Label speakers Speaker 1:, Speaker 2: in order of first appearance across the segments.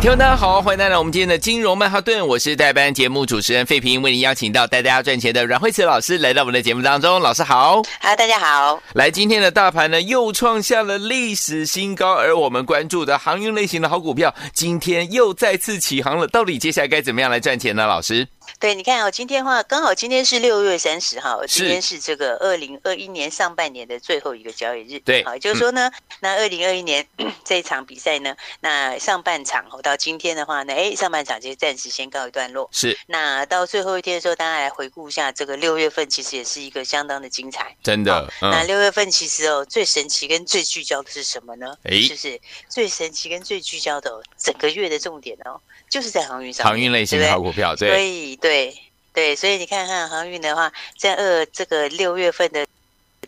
Speaker 1: 听众大家好，欢迎来到我们今天的金融曼哈顿，我是代班节目主持人费平，为您邀请到带大家赚钱的阮慧慈老师来到我们的节目当中，老师好。
Speaker 2: 好，大家好。
Speaker 1: 来，今天的大盘呢又创下了历史新高，而我们关注的航运类型的好股票，今天又再次起航了，到底接下来该怎么样来赚钱呢？老师，
Speaker 2: 对，你看哦，今天的话刚好今天是六月三十号，今天是这个二零二一年上半年的最后一个交易日。
Speaker 1: 对嗯
Speaker 2: 好，也就是说呢，那二零二一年 这一场比赛呢，那上半场哦到今天的话呢，哎，上半场就暂时先告一段落。
Speaker 1: 是
Speaker 2: 那到最后一天的时候，大家来回顾一下这个六月份，其实也是一个相当的精彩。
Speaker 1: 真的，
Speaker 2: 那
Speaker 1: 嗯，
Speaker 2: 六月份其实哦，最神奇跟最聚焦的是什么呢？
Speaker 1: 诶
Speaker 2: 就是最神奇跟最聚焦的、哦、整个月的重点哦，就是在航运上面。
Speaker 1: 航运类型的
Speaker 2: 对不对
Speaker 1: 好股票，
Speaker 2: 所
Speaker 1: 对，
Speaker 2: 以对对，所以你看看航运的话，在二这个六月份的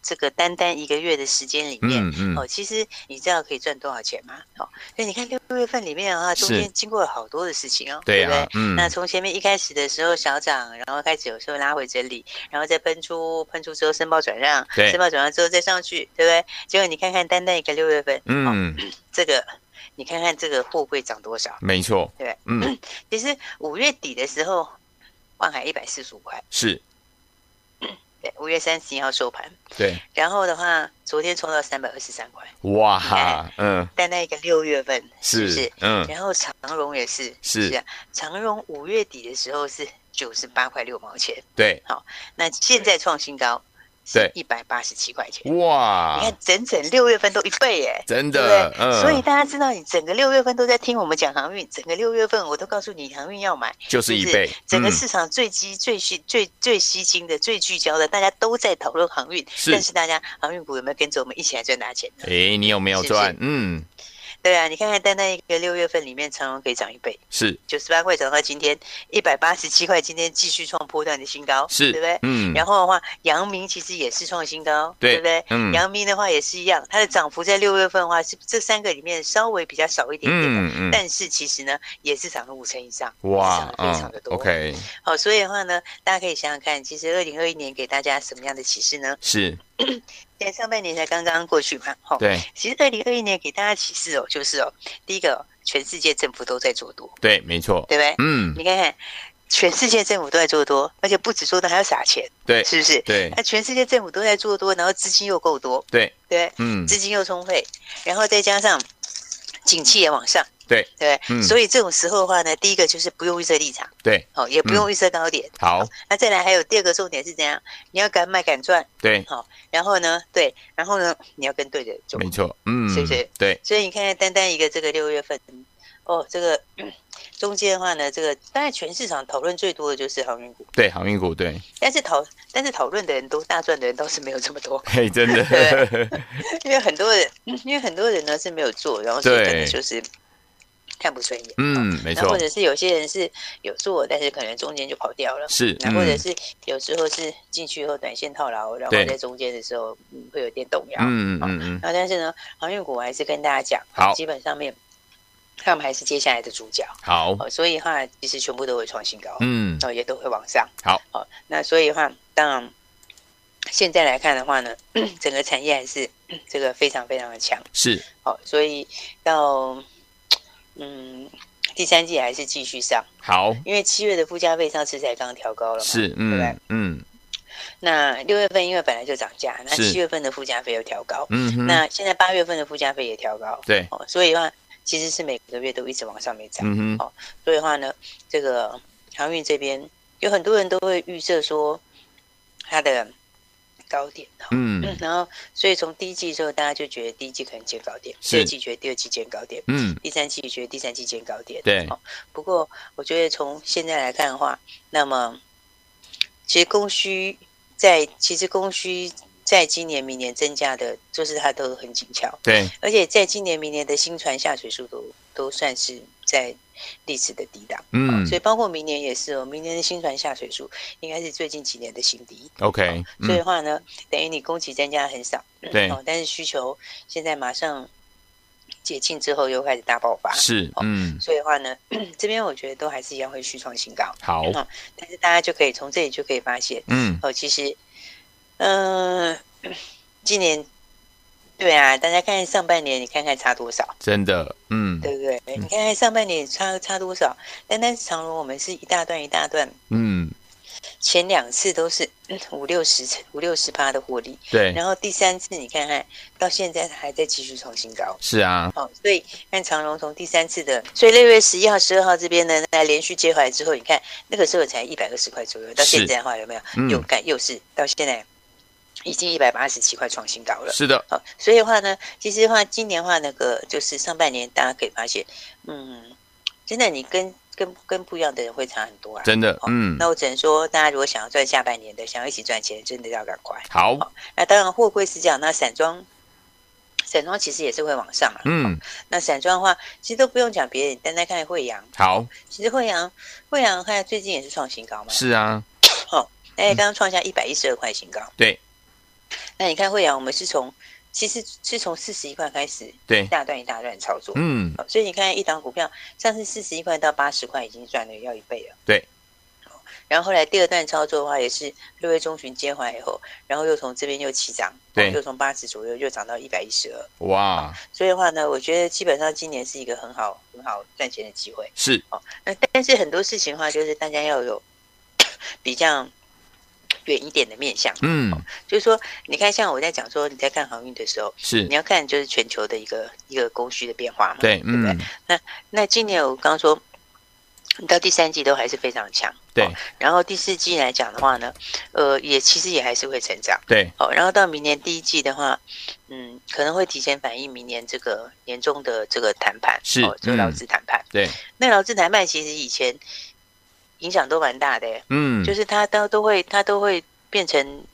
Speaker 2: 这个单单一个月的时间里面。
Speaker 1: 嗯嗯，
Speaker 2: 哦，其实你知道可以赚多少钱吗？哦，所以你看六月份里面啊，中
Speaker 1: 是
Speaker 2: 间经过了好多的事情哦，
Speaker 1: 对
Speaker 2: 不对
Speaker 1: 啊？，嗯，
Speaker 2: 那从前面一开始的时候小涨，然后开始有时候拉回整理，然后再喷出，喷出之后申报转让，
Speaker 1: 对
Speaker 2: 申报转让之后再上去，对不对？结果你看看单单一个六月份，哦，
Speaker 1: 嗯，
Speaker 2: 这个你看看这个货柜涨多少？
Speaker 1: 没错，
Speaker 2: 对，
Speaker 1: 嗯，
Speaker 2: 其实五月底的时候，万海一百四十五块，
Speaker 1: 是，
Speaker 2: 对，五月三十一号收盘，
Speaker 1: 对，
Speaker 2: 然后的话，昨天冲到三百二十三块，
Speaker 1: 哇，嗯，
Speaker 2: 单单一个六月份不
Speaker 1: 是
Speaker 2: 是，？
Speaker 1: 嗯，
Speaker 2: 然后长荣也是，
Speaker 1: 是
Speaker 2: 啊，长荣五月底的时候是九十八块六毛钱。
Speaker 1: 对，
Speaker 2: 那现在创新高，
Speaker 1: 对
Speaker 2: 一百八十七块钱。
Speaker 1: 哇
Speaker 2: 你，看，整整六月份都一倍耶，
Speaker 1: 真
Speaker 2: 对不
Speaker 1: 的，
Speaker 2: 对？
Speaker 1: 嗯，
Speaker 2: 所以大家知道，你整个六月份都在听我们讲航运，整个六月份我都告诉你航运要买，
Speaker 1: 就是一倍，
Speaker 2: 整个
Speaker 1: 嗯
Speaker 2: 市场最激、最吸、最最吸睛的、最聚焦的，大家都在讨论航运。
Speaker 1: 是哎
Speaker 2: 但是大家航运股有没有跟着我们一起来赚大钱呢？
Speaker 1: 诶，你有没有
Speaker 2: 是不
Speaker 1: 赚
Speaker 2: 是？
Speaker 1: 嗯，
Speaker 2: 对啊，你看看单单一个六月份里面，长荣可以涨一倍，
Speaker 1: 是
Speaker 2: 九十八块涨到今天一百八十七块，今天继续创波段的新高，
Speaker 1: 是，
Speaker 2: 对不对？
Speaker 1: 嗯，
Speaker 2: 然后的话，阳明其实也是创新高，
Speaker 1: 对
Speaker 2: 不对？
Speaker 1: 嗯
Speaker 2: 阳明的话也是一样，它的涨幅在六月份的话是这三个里面稍微比较少一点点的，
Speaker 1: 嗯嗯，
Speaker 2: 但是其实呢也是涨了五成以上，
Speaker 1: 哇
Speaker 2: 也是涨得非
Speaker 1: 嗯
Speaker 2: 常的多。
Speaker 1: ，OK，
Speaker 2: 好，哦所以的话呢，大家可以想想看，其实二零二一年给大家什么样的启示呢？
Speaker 1: 是
Speaker 2: 现在上半年才刚刚过去嘛，好、
Speaker 1: 对
Speaker 2: 其实二零二一年给大家启示哦，就是哦，第一个哦、全世界政府都在做多，
Speaker 1: 对，没错，
Speaker 2: 对不对？
Speaker 1: 嗯，
Speaker 2: 你看看，全世界政府都在做多，而且不止做多，还要撒钱，
Speaker 1: 对
Speaker 2: 是不是？
Speaker 1: 对
Speaker 2: 那全世界政府都在做多，然后资金又够多，
Speaker 1: 对，
Speaker 2: 对不
Speaker 1: 嗯
Speaker 2: 对，资金又充沛，然后再加上景气也往上，
Speaker 1: 对
Speaker 2: 对不对，
Speaker 1: 嗯
Speaker 2: 所以这种时候的话呢，第一个就是不用预设立场，
Speaker 1: 对，
Speaker 2: 哦，也
Speaker 1: 嗯
Speaker 2: 不用预设高点。
Speaker 1: 好，
Speaker 2: 那再来还有第二个重点是怎样？你要敢买敢赚，
Speaker 1: 对，
Speaker 2: 然后呢，对，然后呢，你要跟对的人做。
Speaker 1: 没错，嗯，
Speaker 2: 是不是
Speaker 1: 对，
Speaker 2: 所以你看看单单一个这个六月份，哦，这个 嗯中间的话呢，这个当然全市场讨论最多的就是航运股，
Speaker 1: 对，航运股，对，
Speaker 2: 但是讨但是讨论的人多，大赚的人倒是没有这么多。
Speaker 1: 嘿，真的，
Speaker 2: 因为很多人，嗯因为很多人呢是没有做，然后所以可能
Speaker 1: 对
Speaker 2: 就是看不顺眼，哦，
Speaker 1: 嗯，没
Speaker 2: 那或
Speaker 1: 错，
Speaker 2: 者是有些人是有做，但是可能中间就跑掉了，
Speaker 1: 是，
Speaker 2: 那
Speaker 1: 嗯
Speaker 2: 或者是有时候是进去以后短线套牢，然后
Speaker 1: 对
Speaker 2: 在中间的时候、嗯、会有点动摇，
Speaker 1: 嗯嗯嗯，
Speaker 2: 然后但是呢，航运股我还是跟大家讲，
Speaker 1: 好
Speaker 2: 基本上面他们还是接下来的主角，
Speaker 1: 好，
Speaker 2: 哦，所以的话其实全部都会创新高，
Speaker 1: 嗯，
Speaker 2: 哦，也都会往上。
Speaker 1: 好，
Speaker 2: 哦，那所以的话，当然现在来看的话呢， 整个产业还是这个非常非常的强。
Speaker 1: 是，
Speaker 2: 哦，所以到嗯第三季还是继续上，
Speaker 1: 好，
Speaker 2: 因为七月的附加费上次才刚调高了嘛。。
Speaker 1: 是，
Speaker 2: 对
Speaker 1: 嗯嗯
Speaker 2: 那六月份因为本来就涨价，那
Speaker 1: 是
Speaker 2: 七月份的附加费又调高，
Speaker 1: 嗯哼，
Speaker 2: 那现在八月份的附加费也调高。
Speaker 1: 对，
Speaker 2: 哦，所以的话其实是每个月都一直往上面涨。
Speaker 1: 嗯哼，
Speaker 2: 所以的话呢，这个航运这边有很多人都会预设说它的高点哦
Speaker 1: 嗯
Speaker 2: 然后所以从第一季的时候，大家就觉得第一季可能见高点，
Speaker 1: 是
Speaker 2: 第二季觉得第二季见高点，
Speaker 1: 嗯，
Speaker 2: 第三季觉得第三季见高点。
Speaker 1: 对
Speaker 2: 哦不过我觉得从现在来看的话，那么其实供需在其实供需。在今年、明年增加的，就是它都很紧俏，
Speaker 1: 对，
Speaker 2: 而且在今年、明年的新船下水速度都算是在历史的低档，哦
Speaker 1: 嗯
Speaker 2: 所以包括明年也是哦，明年的新船下水数应该是最近几年的新低，
Speaker 1: ，OK，
Speaker 2: 哦所以
Speaker 1: 嗯
Speaker 2: 的话呢，等于你供给增加很少，嗯
Speaker 1: 对
Speaker 2: 哦，但是需求现在马上解禁之后又开始大爆发，
Speaker 1: 是，嗯，
Speaker 2: 所以的话呢， 这边我觉得都还是一样会续创新高，
Speaker 1: 好，
Speaker 2: 嗯但是大家就可以从这里就可以发现，
Speaker 1: 嗯，
Speaker 2: 哦，其实，嗯、今年对啊，大家看上半年，你看看差多少，
Speaker 1: 真的，嗯
Speaker 2: 对不对？你看看上半年差差多少，单单是长隆，我们是一大段一大段，
Speaker 1: 嗯，
Speaker 2: 前两次都是嗯五六十五六十趴的获利，
Speaker 1: 对，
Speaker 2: 然后第三次你看看到现在还在继续创新高。
Speaker 1: 是啊，
Speaker 2: 哦，所以看长隆从第三次的，所以六月十一号、十二号这边呢，那连续接回来之后，你看那个时候才一百二十块左右，到
Speaker 1: 是
Speaker 2: 现在的话有没有、
Speaker 1: 嗯
Speaker 2: 又干又是到现在已经一百八十七块创新高了。
Speaker 1: 是的，
Speaker 2: 好、所以的话呢，其实的话今年的话那个就是上半年大家可以发现，嗯，真的你跟跟跟不一样的人会差很多啊。
Speaker 1: 真的，
Speaker 2: 好
Speaker 1: 嗯，
Speaker 2: 那我只能说，大家如果想要赚下半年的，想要一起赚钱，真的要赶快。
Speaker 1: 好，
Speaker 2: 那当然，货柜是这样，那散装，散装其实也是会往上啊。
Speaker 1: 嗯，
Speaker 2: 那散装的话，其实都不用讲别人，单单看惠阳，
Speaker 1: 好，
Speaker 2: 其实惠阳，惠阳看最近也是创新高嘛，，
Speaker 1: 是啊，
Speaker 2: 哎，刚刚创下一百一十二块新高。
Speaker 1: 对，
Speaker 2: 那你看惠阳，我们是从其实是从四十一块开始，
Speaker 1: 对
Speaker 2: 一大段一大段操作，
Speaker 1: 嗯，
Speaker 2: 好所以你看一档股票，上次四十一块到八十块已经赚了要一倍了，
Speaker 1: 对
Speaker 2: 好。然后后来第二段操作的话，也是六月中旬接回来以后，然后又从这边又起涨，哦
Speaker 1: 对
Speaker 2: 又从八十左右又涨到一百一十二，
Speaker 1: 哇，
Speaker 2: 所以的话呢，我觉得基本上今年是一个很好很好赚钱的机会。
Speaker 1: 是，
Speaker 2: 那但是很多事情的话，就是大家要有 比较远一点的面向。
Speaker 1: 嗯，
Speaker 2: 就是说，你看，像我在讲说你在看航运的时候，
Speaker 1: 是
Speaker 2: 你，要看就是全球的一个一个供需的变化嘛。。
Speaker 1: 嗯对，
Speaker 2: 不对
Speaker 1: 嗯，
Speaker 2: 那今年我刚刚说，你到第三季都还是非常强。
Speaker 1: 对
Speaker 2: 哦然后第四季来讲的话呢，呃，也其实也还是会成长。
Speaker 1: 对，
Speaker 2: 哦，然后到明年第一季的话，嗯，可能会提前反映明年这个年终的这个谈判，
Speaker 1: 是
Speaker 2: 哦，就劳
Speaker 1: 嗯
Speaker 2: 资谈判。
Speaker 1: 对，
Speaker 2: 那劳资谈判其实以前影响都蛮大的耶，
Speaker 1: 嗯
Speaker 2: 就，是它都都会它都会变成，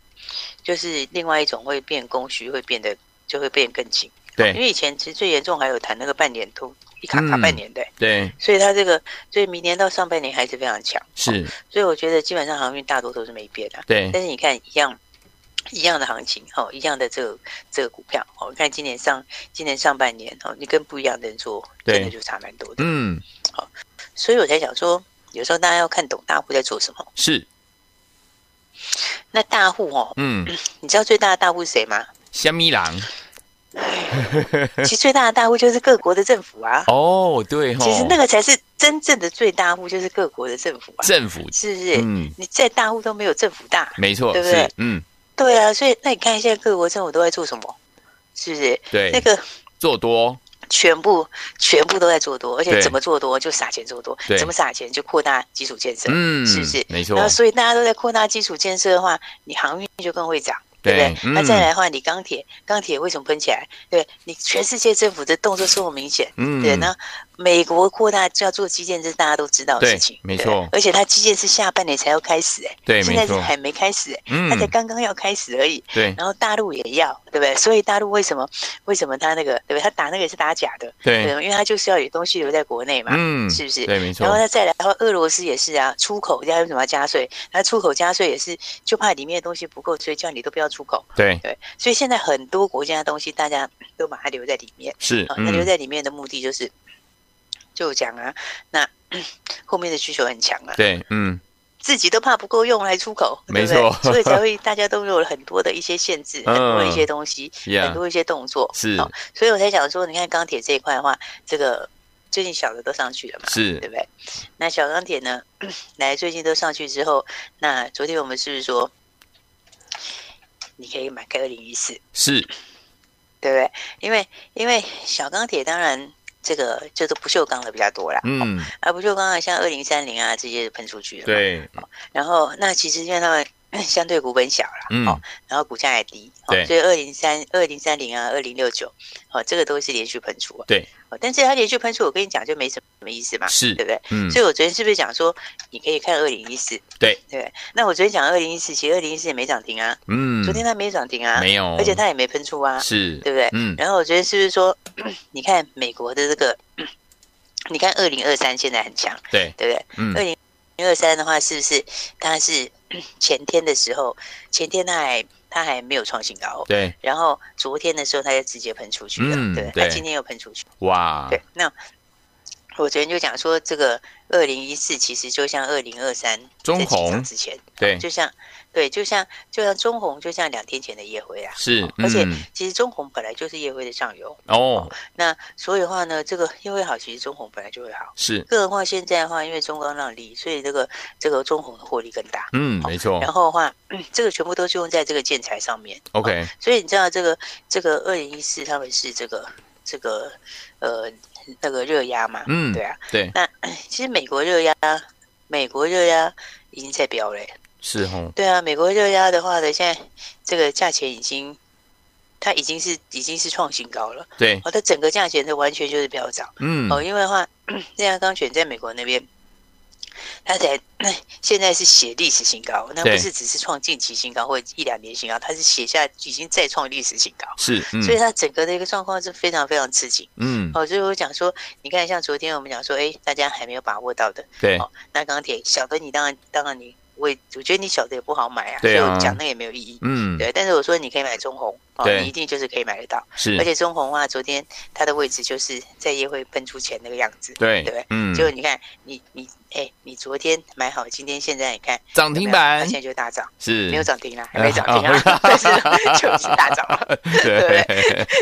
Speaker 2: 就是另外一种会变供需会变得就会变更紧，哦因
Speaker 1: 对，
Speaker 2: 为以前其实最严重还有谈那个半年通一卡卡
Speaker 1: 嗯
Speaker 2: 半年的耶，
Speaker 1: 对，
Speaker 2: 所以它这个所以明年到上半年还是非常强，
Speaker 1: 是，
Speaker 2: 所以我觉得基本上航运大多都是没变的、
Speaker 1: 对，
Speaker 2: 但是你看一样。一样的行情哦，一样的这个这个股票哦，你看今年上今年上半年哦，你跟不一样的人做，真的
Speaker 1: 对
Speaker 2: 就差蛮多的。
Speaker 1: 嗯，
Speaker 2: 所以我才想说，有时候大家要看懂大户在做什么。
Speaker 1: 是，
Speaker 2: 那大户哦，
Speaker 1: 嗯，
Speaker 2: 你知道最大的大户是谁 吗？
Speaker 1: 虾米狼，
Speaker 2: 嗯其实最大的大户就是各国的政府啊。
Speaker 1: 哦，对，吼
Speaker 2: 其实那个才是真正的最大户，就是各国的政府啊，
Speaker 1: 政府，
Speaker 2: 是不是？
Speaker 1: 嗯，
Speaker 2: 你再大户都没有政府大。
Speaker 1: 没错，
Speaker 2: 对不
Speaker 1: 是
Speaker 2: 对，
Speaker 1: 嗯，
Speaker 2: 对啊，所以那你看现在各国政府都在做什么？是不是？
Speaker 1: 对
Speaker 2: 那，个
Speaker 1: 做多，
Speaker 2: 全部全部都在做多，而且
Speaker 1: 对
Speaker 2: 怎么做多就撒钱做多
Speaker 1: 对，
Speaker 2: 怎么撒钱就扩大基础建设。
Speaker 1: 嗯，
Speaker 2: 是不是
Speaker 1: 没错
Speaker 2: 然，后，所以大家都在扩大基础建设的话，你航运就更会涨，对不
Speaker 1: 对
Speaker 2: 对？那、
Speaker 1: 嗯
Speaker 2: 再来的话，你钢铁，钢铁为什么喷起来？对你全世界政府的动作这么明显，
Speaker 1: 嗯
Speaker 2: 对，那美国扩大就要做基建，这是大家都知道的
Speaker 1: 对
Speaker 2: 事情，
Speaker 1: 没
Speaker 2: 对
Speaker 1: 错
Speaker 2: 而且它基建是下半年才要开始、哎，
Speaker 1: 对
Speaker 2: 现
Speaker 1: 没
Speaker 2: 在是
Speaker 1: 错
Speaker 2: 还没开始、哎，
Speaker 1: 嗯
Speaker 2: 它，才刚刚要开始而已。
Speaker 1: 对，
Speaker 2: 然后大陆也要，对不对？所以大陆为什么为什么他那个对不对？他打那个也是打假的，对
Speaker 1: 对，
Speaker 2: 吗，因为他就是要有东西留在国内嘛，
Speaker 1: 嗯，
Speaker 2: 是不是？
Speaker 1: 对，没错
Speaker 2: 然后，呢，再来的话，俄罗斯也是啊，出口人家为什么要加税？那出口加税也是，就怕里面的东西不够，所以叫你都不要出口。
Speaker 1: 对，
Speaker 2: 对，所以现在很多国家的东西，大家都把它留在里面。
Speaker 1: 是
Speaker 2: 啊，，那留
Speaker 1: 嗯，
Speaker 2: 在里面的目的就是，就讲啊，那 后面的需求很强啊，
Speaker 1: 对，嗯，
Speaker 2: 自己都怕不够用来出口，对不对
Speaker 1: 没错
Speaker 2: 所以才会大家都有了很多的一些限制，
Speaker 1: 嗯
Speaker 2: 很多的一些东西，很
Speaker 1: yeah，
Speaker 2: 多一哦些动作。
Speaker 1: 是
Speaker 2: 好所以我才想说，你看钢铁这一块的话，这个最近小的都上去了嘛，
Speaker 1: 是
Speaker 2: 对不对？那小钢铁呢，来最近都上去之后，那昨天我们是不是说，你可以买个二零一四，
Speaker 1: 是，
Speaker 2: 对不对？因为因为小钢铁当然这个就是不锈钢的比较多啦，哦，
Speaker 1: 嗯，
Speaker 2: 而不锈钢的像二零三零啊这些喷出去了，。
Speaker 1: 对，
Speaker 2: 然后那其实因为他们 相对股本小啦，
Speaker 1: 嗯，
Speaker 2: 哦然后股价也低，哦
Speaker 1: 对
Speaker 2: 所以二零三、二零三零啊、二零六九，哦，这个都是连续喷出、啊。
Speaker 1: 对，
Speaker 2: 哦，但是它连续喷出，我跟你讲就没什什么意思嘛？
Speaker 1: 是
Speaker 2: 对不对？
Speaker 1: 嗯，
Speaker 2: 所以我昨天是不是讲说，你可以看二零一四？
Speaker 1: 对
Speaker 2: 对，那我昨天讲二零一四，其实二零一四也没涨停啊，
Speaker 1: 嗯，
Speaker 2: 昨天它没涨停啊，
Speaker 1: 没有，
Speaker 2: 而且它也没喷出啊，
Speaker 1: 是，
Speaker 2: 对不对？
Speaker 1: 嗯，
Speaker 2: 然后我觉得是不是说， 你看美国的这个， 你看二零二三现在很强，
Speaker 1: 对，
Speaker 2: 对不对？
Speaker 1: 嗯，
Speaker 2: 二零二三的话，是不是它是 前天的时候，前天它还它还没有创新高哦，
Speaker 1: 对，
Speaker 2: 然后昨天的时候它就直接喷出去了，
Speaker 1: 嗯
Speaker 2: 对
Speaker 1: 对
Speaker 2: 不
Speaker 1: 啊
Speaker 2: 对？它今天又喷出去，
Speaker 1: 哇，
Speaker 2: 对。那我昨天就讲说，这个二零一四其实就像二零二三
Speaker 1: 中红
Speaker 2: 之前，
Speaker 1: 对，
Speaker 2: 就像对，哦就像就像中红，就像两天前的夜辉啊。
Speaker 1: 是，
Speaker 2: 而且
Speaker 1: 嗯
Speaker 2: 其实中红本来就是夜辉的上游，
Speaker 1: 哦，
Speaker 2: 那所以的话呢，这个夜辉好，其实中红本来就会好。
Speaker 1: 是，
Speaker 2: 更何况现在的话，因为中钢让利，所以这个这个中红的获利更大。
Speaker 1: 嗯，没错
Speaker 2: 哦然后的话， 嗯这个全部都是用在这个建材上面。
Speaker 1: ，OK，
Speaker 2: 所以你知道这个这个二零一四他们是这个这个呃那个热压嘛？
Speaker 1: 嗯
Speaker 2: 对啊。
Speaker 1: 对，
Speaker 2: 那其实美国热压，美国热压已经在飙嘞。
Speaker 1: 是哦，
Speaker 2: 对啊，美国热压的话呢，现在这个价钱已经，它已经是已经是创新高了。
Speaker 1: 对，
Speaker 2: 哦，它整个价钱它完全就是飙涨。
Speaker 1: 嗯，
Speaker 2: 哦，因为的话， 热压钢卷在美国那边，它才 现在是写历史新高，那不
Speaker 1: 对
Speaker 2: 是只是创近期新高或一两年新高，它是写下已经再创历史新高，
Speaker 1: 是，
Speaker 2: 所以
Speaker 1: 嗯，
Speaker 2: 它整个的一个状况是非常非常吃紧。
Speaker 1: 嗯，
Speaker 2: 哦，所以我讲说，你看像昨天我们讲说，哎，大家还没有把握到的，
Speaker 1: 对，
Speaker 2: 哦，那钢铁小的你当然当然你我也我觉得你小的也不好买啊，
Speaker 1: 对啊
Speaker 2: 所以我讲那也没有意义。
Speaker 1: 嗯，
Speaker 2: 对，但是我说你可以买中红，哦，
Speaker 1: 对
Speaker 2: 你一定就是可以买得到，
Speaker 1: 是
Speaker 2: 而，且中红的话，昨天它的位置就是在夜会喷出前那个样子，对不
Speaker 1: 对
Speaker 2: 对，
Speaker 1: 嗯，
Speaker 2: 结果你看，你你哎，你昨天买好，今天现在你看
Speaker 1: 涨
Speaker 2: 有没
Speaker 1: 停
Speaker 2: 有它
Speaker 1: 板
Speaker 2: 现在就大涨，
Speaker 1: 是
Speaker 2: 没有涨停啦，还没涨停啊，但是 就是大涨了。
Speaker 1: 对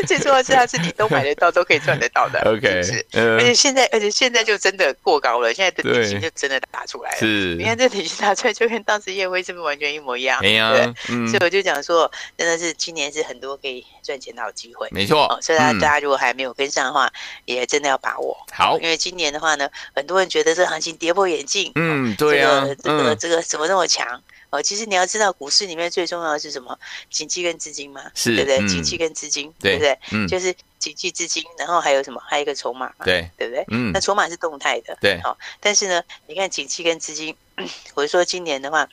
Speaker 2: 最重要的是它是你都买得到，都可以赚得到的
Speaker 1: ，OK，嗯
Speaker 2: 是不是而
Speaker 1: 呃
Speaker 2: 且，现在，而且现在就真的过高了，现在的底薪
Speaker 1: 对
Speaker 2: 就真的打出来了。
Speaker 1: 是
Speaker 2: 你，看这底薪打出来，就跟当时叶辉是不是完全一模一样？
Speaker 1: 哎呀
Speaker 2: 对，
Speaker 1: 嗯
Speaker 2: 所，以我就讲说，真的是今年是很多可以赚钱的好机会。
Speaker 1: 没错
Speaker 2: 哦，，所以大家
Speaker 1: 嗯哦
Speaker 2: 大家如果还没有跟上的话，也真的要把握。
Speaker 1: 好
Speaker 2: 因，为今年的话呢，很多人觉得这行情跌破眼镜，哦，
Speaker 1: 嗯，对呀，
Speaker 2: 这个这个
Speaker 1: 嗯，
Speaker 2: 这个怎么那么强？哦，其实你要知道，股市里面最重要的是什么？景气跟资金嘛，
Speaker 1: 是
Speaker 2: 对不对？
Speaker 1: 嗯
Speaker 2: 景气跟资金，
Speaker 1: 对
Speaker 2: 不对？
Speaker 1: 嗯，
Speaker 2: 就是景气资金，然后还有什么？还有一个筹码嘛，
Speaker 1: 对，
Speaker 2: 对不对？
Speaker 1: 嗯
Speaker 2: 那，筹码是哦动态的，
Speaker 1: 对，
Speaker 2: 好、但是呢，你看景气跟资金， 我是说今年的话，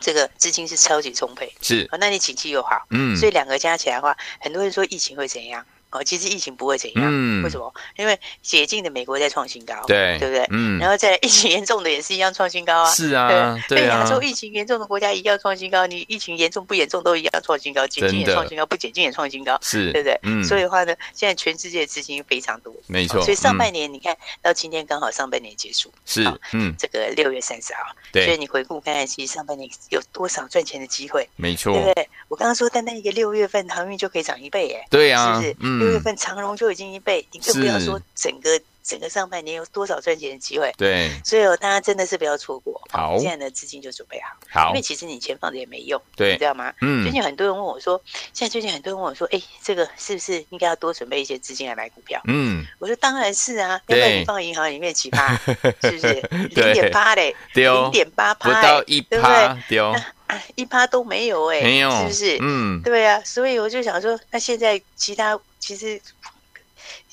Speaker 2: 这个资金是超级充沛，
Speaker 1: 是，
Speaker 2: 哦，那你景气又好，
Speaker 1: 嗯，
Speaker 2: 所以两个加起来的话，很多人说疫情会怎样？哦，其实疫情不会怎样，
Speaker 1: 嗯，
Speaker 2: 为什么？因为解禁的美国在创新高，
Speaker 1: 对，
Speaker 2: 对不对？
Speaker 1: 嗯
Speaker 2: 然，后再来疫情严重的也是一样创新高啊。
Speaker 1: 是啊，
Speaker 2: 对
Speaker 1: 对啊
Speaker 2: 亚，洲疫情严重的国家一样创新高，你疫情严重不严重都一样创新高，解禁
Speaker 1: 真
Speaker 2: 也
Speaker 1: 的
Speaker 2: 创新高，不解禁也创新高，
Speaker 1: 是，
Speaker 2: 对不对？
Speaker 1: 嗯，
Speaker 2: 所以的话呢，现在全世界的资金非常多，
Speaker 1: 没
Speaker 2: 哦
Speaker 1: 错，
Speaker 2: 所以上半
Speaker 1: 嗯
Speaker 2: 年你看到今天刚好上半年结束，
Speaker 1: 是，嗯，
Speaker 2: 这个六月三十号，所以
Speaker 1: 对，
Speaker 2: 你回顾看看，其实上半年有多少赚钱的机会，
Speaker 1: 没
Speaker 2: 对不
Speaker 1: 错，
Speaker 2: 对？我刚刚说单单一个六月份航运就可以涨一倍耶，
Speaker 1: 对
Speaker 2: 是
Speaker 1: 呀
Speaker 2: 不，是？六月
Speaker 1: 嗯，
Speaker 2: 份长荣就已经一倍，你更不要
Speaker 1: 是
Speaker 2: 说整个整个上半年有多少赚钱的机会。
Speaker 1: 对，
Speaker 2: 所以哦，大家真的是不要错过。
Speaker 1: 好
Speaker 2: 现在呢资金就准备好，因
Speaker 1: 好
Speaker 2: 为，其实你钱放着也没用，你
Speaker 1: 对
Speaker 2: 知，道吗？最
Speaker 1: 嗯，
Speaker 2: 近很多人问我说，现在最近很多人问我说，哎，这个是不是应该要多准备一些资金来买股票？
Speaker 1: 嗯，
Speaker 2: 我说当然是啊，要
Speaker 1: 对
Speaker 2: 不然你放银行里面几趴，是不是？
Speaker 1: 对
Speaker 2: 零点八嘞，
Speaker 1: 对
Speaker 2: 零
Speaker 1: 哦，
Speaker 2: 点八
Speaker 1: 不
Speaker 2: 趴
Speaker 1: 到
Speaker 2: 欸，
Speaker 1: 一
Speaker 2: 对不
Speaker 1: 趴，对哦，
Speaker 2: 啊一趴都没有哎，
Speaker 1: 没有，
Speaker 2: 是不是？
Speaker 1: 嗯，
Speaker 2: 对啊，所以我就想说，那现在其他其实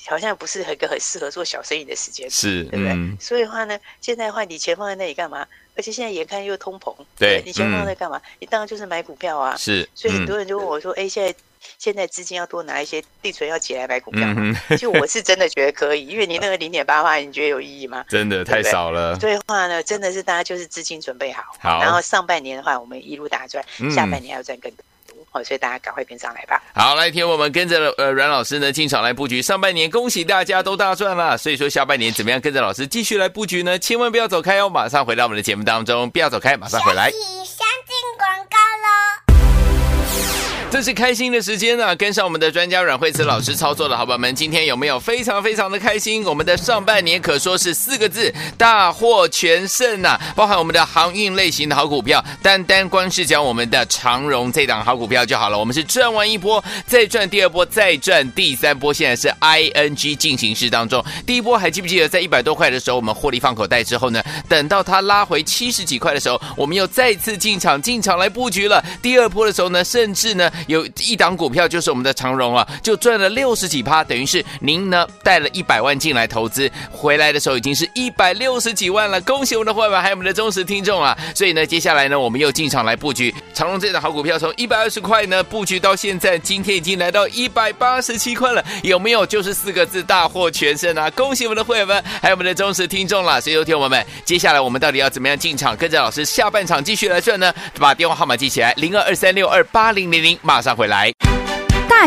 Speaker 2: 好像不是一个很适合做小生意的时间，
Speaker 1: 是，
Speaker 2: 对不对？
Speaker 1: 嗯，
Speaker 2: 所以的话呢，现在的话，你钱放在那里干嘛？而且现在眼看又通膨，
Speaker 1: 对嗯
Speaker 2: 你钱放在干嘛？你当然就是买股票啊。
Speaker 1: 是，
Speaker 2: 所以很
Speaker 1: 嗯
Speaker 2: 多人就问我说：“哎、现在现在资金要多拿一些，定存要起来买股票吗？”
Speaker 1: 嗯哼，
Speaker 2: 就我是真的觉得可以，因为你那个零点八八，你觉得有意义吗？
Speaker 1: 真的太
Speaker 2: 对不对
Speaker 1: 少了，
Speaker 2: 所以的话呢，真的是大家就是资金准备好，
Speaker 1: 好
Speaker 2: 然后上半年的话，我们一路大赚，
Speaker 1: 嗯
Speaker 2: 下半年还要赚更多。好，所以大家赶快跟上来吧。
Speaker 1: 好，来，听我们跟着呃阮老师呢进场来布局，上半年恭喜大家都大赚了，所以说下半年怎么样跟着老师继续来布局呢？千万不要走开哦，马上回到我们的节目当中，不要走开，马上回来。
Speaker 3: 起相进广告喽。
Speaker 1: 这是开心的时间呢、啊跟上我们的专家阮慧慈老师操作的好朋友们，今天有没有非常非常的开心？我们的上半年可说是四个字大获全胜呐、包含我们的航运类型的好股票，单单光是讲我们的长荣这档好股票就好了，我们是赚完一波，再赚第二波，再赚第三波，现在是 ING 进行式当中，第一波还记不记得在一百多块的时候，我们获利放口袋之后呢，等到它拉回七十几块的时候，我们又再次进场进场来布局了，第二波的时候呢，甚至呢有一档股票就是我们的长荣啊，就赚了六十几趴，等于是您呢带了一百万进来投资，回来的时候已经是一百六十几万了，恭喜我们的会员还有我们的忠实听众啊！所以呢，接下来呢，我们又进场来布局长荣这档好股票，从一百二十块呢布局到现在，今天已经来到一百八十七块了，有没有？就是四个字，大获全胜啊！恭喜我们的会员们，还有我们的忠实听众啦！所以，有听我们，接下来我们到底要怎么样进场，跟着老师下半场继续来赚呢？把电话号码记起来，零二二三六二八零零零，马上回来。
Speaker 4: 大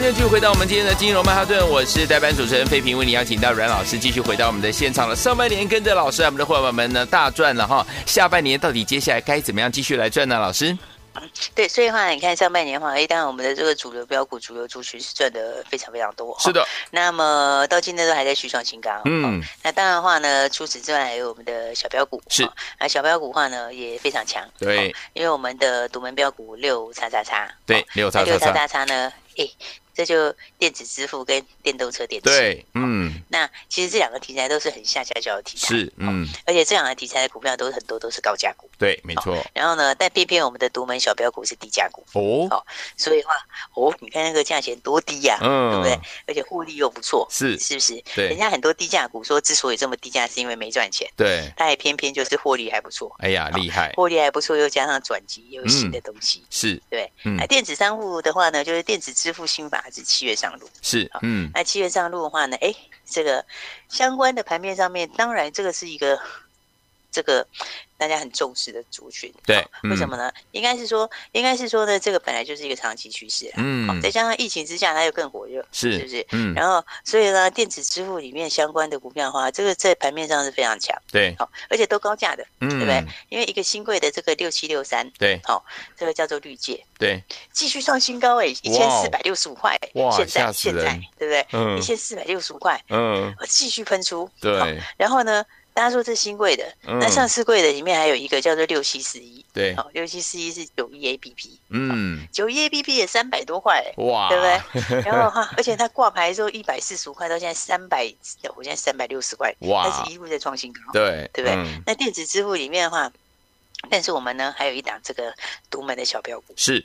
Speaker 1: 正继续回到我们今天的金融曼哈顿，我是代班主持人费平，为你邀请到阮老师继续回到我们的现场了。上半年跟着老师，我们的伙伴们呢大赚了哈，下半年到底接下来该怎么样继续来赚呢？老师，
Speaker 2: 对，所以的话，你看上半年的话，哎，当然我们的这个主流标股、主流族群是赚的非常非常多。
Speaker 1: 是。的，
Speaker 2: 那么到今天都还在续创新高。
Speaker 1: 嗯
Speaker 2: 哦那当然的话呢，除此之外还有我们的小标股。
Speaker 1: 是
Speaker 2: 哦。啊，小标股的话呢也非常强。
Speaker 1: 对
Speaker 2: 哦因为我们的独门标股六叉叉叉。
Speaker 1: 对
Speaker 2: 哦，
Speaker 1: 六
Speaker 2: 那
Speaker 1: 叉
Speaker 2: 六
Speaker 1: 叉
Speaker 2: 叉
Speaker 1: 叉，
Speaker 2: 叉叉呢，哎，这就电子支付跟电动车电池。。
Speaker 1: 对，嗯，
Speaker 2: 那其实这两个题材都是很下下焦的题材。。
Speaker 1: 是，嗯，
Speaker 2: 而且这两个题材的股票都很多都是高价股。
Speaker 1: 对，没错，
Speaker 2: 然后呢，但偏偏我们的独门小标股是低价股。
Speaker 1: 哦，
Speaker 2: 所以的话，哦，你看那个价钱多低呀、对不对
Speaker 1: 嗯，？
Speaker 2: 而且获利又不错，
Speaker 1: 是
Speaker 2: 是不是？
Speaker 1: 对
Speaker 2: 人家很多低价股说之所以这么低价，是因为没赚钱，
Speaker 1: 对，
Speaker 2: 它也偏偏就是获利还不错，
Speaker 1: 哎呀，厉害，
Speaker 2: 获利还不错，又加上转机，又有新的东西。
Speaker 1: 是，
Speaker 2: 对，
Speaker 1: 嗯
Speaker 2: 那、，电子商务的话呢，就是电子支付新法是七月上路。
Speaker 1: 是，嗯，
Speaker 2: 那七月上路的话呢，哎，这个相关的盘面上面，当然这个是一个这个大家很重视的族群。
Speaker 1: 对嗯
Speaker 2: 哦为什么呢？应该是说，应该是说呢，这个本来就是一个长期趋势啦。
Speaker 1: 嗯，
Speaker 2: 再加上疫情之下，它又更火热，是不
Speaker 1: 是，
Speaker 2: 是？
Speaker 1: 嗯，
Speaker 2: 然后，所以呢，电子支付里面相关的股票的话，这个在盘面上是非常强，
Speaker 1: 对，
Speaker 2: 好、而且都高价的，
Speaker 1: 嗯，
Speaker 2: 对不对？因为一个新贵的这个六七六三，
Speaker 1: 对
Speaker 2: 好、这个叫做绿界，
Speaker 1: 对，
Speaker 2: 继续创新高哎，一千四百六十五块欸，
Speaker 1: 哦哇
Speaker 2: 现
Speaker 1: 吓
Speaker 2: 在
Speaker 1: 死
Speaker 2: 现
Speaker 1: 人
Speaker 2: 在对不对？
Speaker 1: 嗯
Speaker 2: 一千四百六十五块，
Speaker 1: 嗯，
Speaker 2: 呃继续喷出，好
Speaker 1: 对，
Speaker 2: 然后呢，大家说这是新贵的，
Speaker 1: 嗯
Speaker 2: 那上市贵的里面还有一个叫做六七四一，
Speaker 1: 对，
Speaker 2: 好、六七四一是九一 A P P，
Speaker 1: 嗯，
Speaker 2: 九一 A P P 也三百多块欸
Speaker 1: 哇，
Speaker 2: 对不 对？然后哈，而且它挂牌之后一百四十五块，到现在三百，我现在三百六十块，
Speaker 1: 哇
Speaker 2: 但是一路在创新高。
Speaker 1: 对，
Speaker 2: 对不对
Speaker 1: 嗯
Speaker 2: 那电子支付里面的话，但是我们呢还有一档这个独门的小标股，
Speaker 1: 是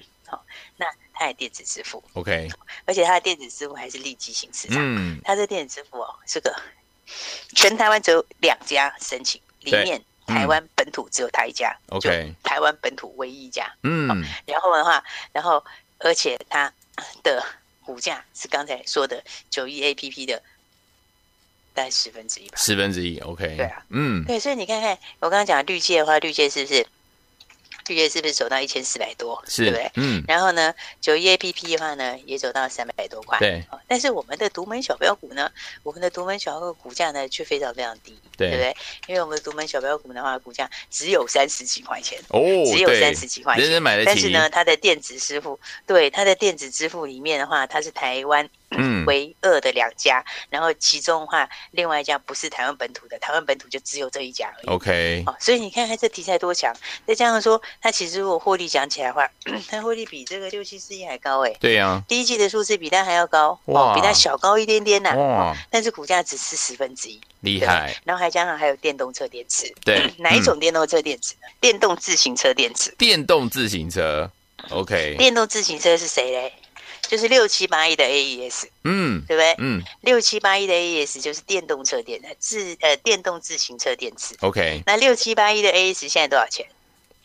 Speaker 2: 那它也电子支付，
Speaker 1: ，OK，
Speaker 2: 而且它的电子支付还是利基型市场，
Speaker 1: 嗯，
Speaker 2: 它这电子支付哦是个全台湾只有两家申请，里
Speaker 1: 对
Speaker 2: 面
Speaker 1: 嗯
Speaker 2: 台湾本土只有它一家
Speaker 1: OK
Speaker 2: 就台湾本土唯一一家。
Speaker 1: 嗯，
Speaker 2: 然后的话，然后而且它的股价是刚才说的九亿 A P P 的大概十分之一吧。
Speaker 1: 四分之一，OK，
Speaker 2: 对啊，
Speaker 1: 嗯，
Speaker 2: 对，所以你看看，我刚刚讲绿界的话，绿界是不是绿界是不是走到一千四百多，
Speaker 1: 是
Speaker 2: 对不对？，
Speaker 1: 嗯，
Speaker 2: 然后呢，九亿 A P P 的话呢，也走到三百多块。
Speaker 1: 对
Speaker 2: 哦。但是我们的独门小标股呢，我们的独门小标股股价呢却非常非常低，
Speaker 1: 对
Speaker 2: 不对？因为我们的独门小标股的话，股价只有三十几块钱。
Speaker 1: 哦，
Speaker 2: 只有
Speaker 1: 对
Speaker 2: 三十几块钱，
Speaker 1: 人人买得起，
Speaker 2: 但是呢，它的电子支付，对它的电子支付里面的话，它是台湾
Speaker 1: 嗯，
Speaker 2: 唯二的两家，然后其中的话，另外一家不是台湾本土的，台湾本土就只有这一家而已。
Speaker 1: ，OK，
Speaker 2: 哦，所以你看看这题材多强，再加上说，它其实如果获利讲起来的话， 它获利比这个六七四一还高哎，
Speaker 1: 对呀，
Speaker 2: 第一季的数字比它还要高，
Speaker 1: 哇
Speaker 2: 哦，比它小高一点点呐、哦
Speaker 1: 哇，
Speaker 2: 但是股价只是十分之一，
Speaker 1: 厉
Speaker 2: 对吧
Speaker 1: 害，
Speaker 2: 然后还加上还有电动车电池，
Speaker 1: 对
Speaker 2: 哪一
Speaker 1: 嗯
Speaker 2: 种电动车电池呢？电动自行车电池。
Speaker 1: 电动自行车，OK，
Speaker 2: 电动自行车是谁嘞？就是六七八一的 AES，
Speaker 1: 嗯
Speaker 2: 对不对？
Speaker 1: 嗯
Speaker 2: 六七八一的 AES 就是电动车电呃自呃电动自行车电池。
Speaker 1: ，OK，
Speaker 2: 那六七八一的 AES 现在多少钱？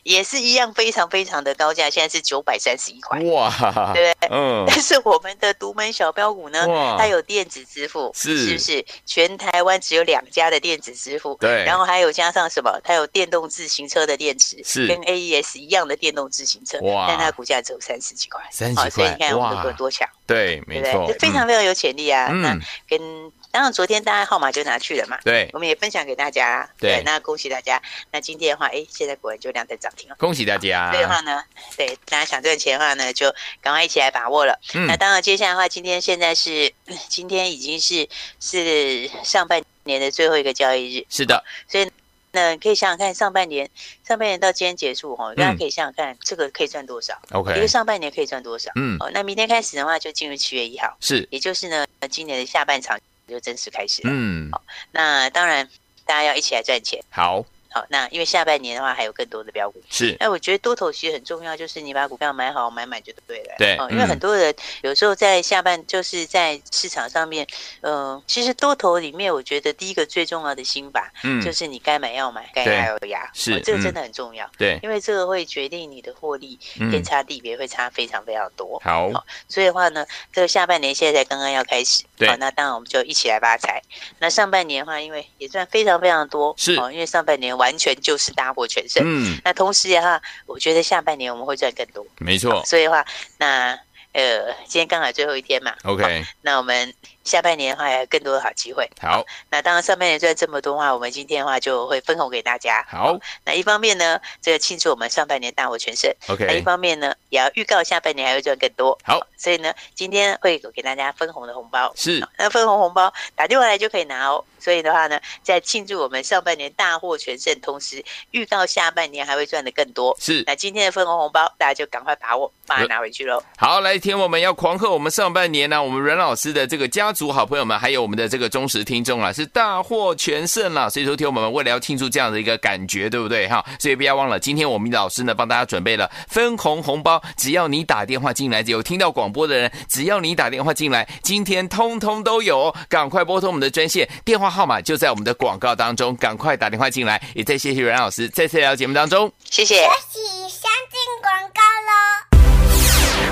Speaker 2: 也是一样非常非常的高价，现在是九百三十一块。
Speaker 1: 哇，
Speaker 2: 对不对
Speaker 1: 嗯，
Speaker 2: 但是我们的独门小标股呢
Speaker 1: 哇，
Speaker 2: 它有电子支付，
Speaker 1: 是
Speaker 2: 不是？全台湾只有两家的电子支付，
Speaker 1: 对
Speaker 2: 然后还有加上什么？它有电动自行车的电池，
Speaker 1: 是
Speaker 2: 跟 AES 一样的电动自行车，
Speaker 1: 哇
Speaker 2: 但它股价只有三十几块，
Speaker 1: 30
Speaker 2: 好所以
Speaker 1: 块
Speaker 2: 你看我
Speaker 1: 哇
Speaker 2: 们多多强，
Speaker 1: 对，
Speaker 2: 对
Speaker 1: 没
Speaker 2: 不对？
Speaker 1: 错
Speaker 2: 这，非常非常有潜力啊。
Speaker 1: 嗯
Speaker 2: 那跟当然昨天大家号码就拿去了嘛，
Speaker 1: 对，
Speaker 2: 我们也分享给大家，
Speaker 1: 对
Speaker 2: 那恭喜大家。那今天的话，哎，现在果然就量在涨停了。
Speaker 1: 恭喜大家
Speaker 2: 所以，的话呢，对啊大家想赚钱的话呢，就赶快一起来把握了。
Speaker 1: 嗯
Speaker 2: 那，当然，接下来的话，今天现在是 今天已经是是上半年的最后一个交易日，
Speaker 1: 是的，
Speaker 2: 那可以想想看，上半年上半年到今天结束哦，大家
Speaker 1: 嗯
Speaker 2: 可以想想看，这个可以赚多少？一
Speaker 1: OK，
Speaker 2: 个上半年可以赚多少？
Speaker 1: 嗯，
Speaker 2: 哦，那明天开始的话，就进入七月一号，
Speaker 1: 是，
Speaker 2: 也就是呢，今年的下半场就正式开始了。
Speaker 1: 嗯，
Speaker 2: 那当然，大家要一起来赚钱。
Speaker 1: 好，
Speaker 2: 好，那因为下半年的话，还有更多的标股。
Speaker 1: 是，
Speaker 2: 哎，我觉得多头其实很重要，就是你把股票买好买满就对了。
Speaker 1: 对
Speaker 2: 哦，因为
Speaker 1: 嗯
Speaker 2: 很多人有时候在下半，就是在市场上面，呃，其实多头里面，我觉得第一个最重要的心法、
Speaker 1: 嗯
Speaker 2: 就，是你该买要买，该
Speaker 1: 对
Speaker 2: 压要压，
Speaker 1: 是
Speaker 2: 哦这个
Speaker 1: 嗯
Speaker 2: 真的很重要，
Speaker 1: 对，
Speaker 2: 因为这个会决定你的获利天
Speaker 1: 嗯，
Speaker 2: 差地别，会差非常非常多。
Speaker 1: 好，
Speaker 2: 所以的话呢，这个下半年现在才刚刚要开始，
Speaker 1: 对
Speaker 2: 好那当然我们就一起来发财。那上半年的话，因为也赚非常非常多，
Speaker 1: 是
Speaker 2: 哦，因为上半年完全就是大获全胜。
Speaker 1: 嗯，
Speaker 2: 啊那同时的话，我觉得下半年我们会赚更多，
Speaker 1: 没错，
Speaker 2: 所以的话，那。呃，今天刚好最后一天嘛。
Speaker 1: OK，
Speaker 2: 那我们下半年的话，还有更多的好机会。
Speaker 1: 好，
Speaker 2: 那当然，上半年赚这么多的话，我们今天的话就会分红给大家。哦
Speaker 1: 好
Speaker 2: 那一方面呢，这个庆祝我们上半年大获全胜；那一
Speaker 1: ，OK，
Speaker 2: 方面呢，也要预告下半年还会赚更多。
Speaker 1: 好，
Speaker 2: 所以呢，今天会给大家分红的红包。
Speaker 1: 是
Speaker 2: 那分红红包打电话来就可以拿哦。所以的话呢，在庆祝我们上半年大获全胜，同时预告下半年还会赚得更多。
Speaker 1: 是
Speaker 2: 那今天的分红红包，大家就赶快把握，把它
Speaker 1: 呃
Speaker 2: 拿回去喽。
Speaker 1: 好，来天我们要狂贺我们上半年呢、我们阮老师的这个家族好朋友们，还有我们的这个忠实听众啊，是大获全胜啦。所以说，听我们为了要庆祝这样的一个感觉，对不对哈？所以不要忘了，今天我们老师呢帮大家准备了分红红包，只要你打电话进来，有听到广播的人，只要你打电话进来，今天通通都有哦，赶快拨通我们的专线，电话号码就在我们的广告当中，赶快打电话进来。也再谢谢阮老师再次来到节目当中。
Speaker 2: 谢谢。
Speaker 3: 喜相进广告喽。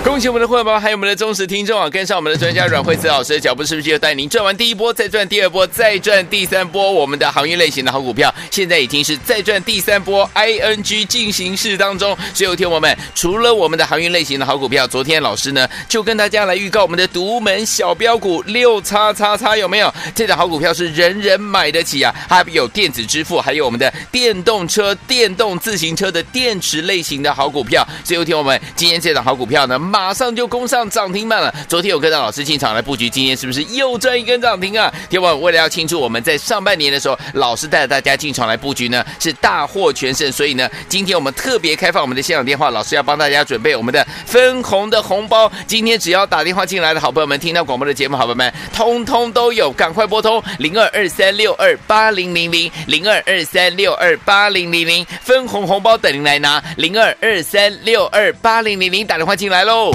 Speaker 1: 恭喜我们的会员宝宝，还有我们的忠实听众啊！跟上我们的专家阮慧慈老师的脚步，是不是就带您赚完第一波，再赚第二波，再赚第三波？我们的行业类型的好股票，现在已经是再赚第三波 ING 进行式当中。所以，有听我们，除了我们的行业类型的好股票，昨天老师呢就跟大家来预告我们的独门小标股六叉叉叉有没有？这档好股票是人人买得起啊！它有电子支付，还有我们的电动车、电动自行车的电池类型的好股票。所以，有听我们今天这档好股票呢，马上就攻上涨停板了。昨天有跟到老师进场来布局，今天是不是又赚一根涨停啊？听我们为了要庆祝我们在上半年的时候，老师带着大家进场来布局呢，是大获全胜。所以呢，今天我们特别开放我们的现场电话，老师要帮大家准备我们的分红的红包。今天只要打电话进来的好朋友们，听到广播的节目，好朋友们，通通都有，赶快拨通零二二三六二八零零零零二二三六二八零零零，分红红包等您来拿，零二二三六二八零零零，打电话进来喽。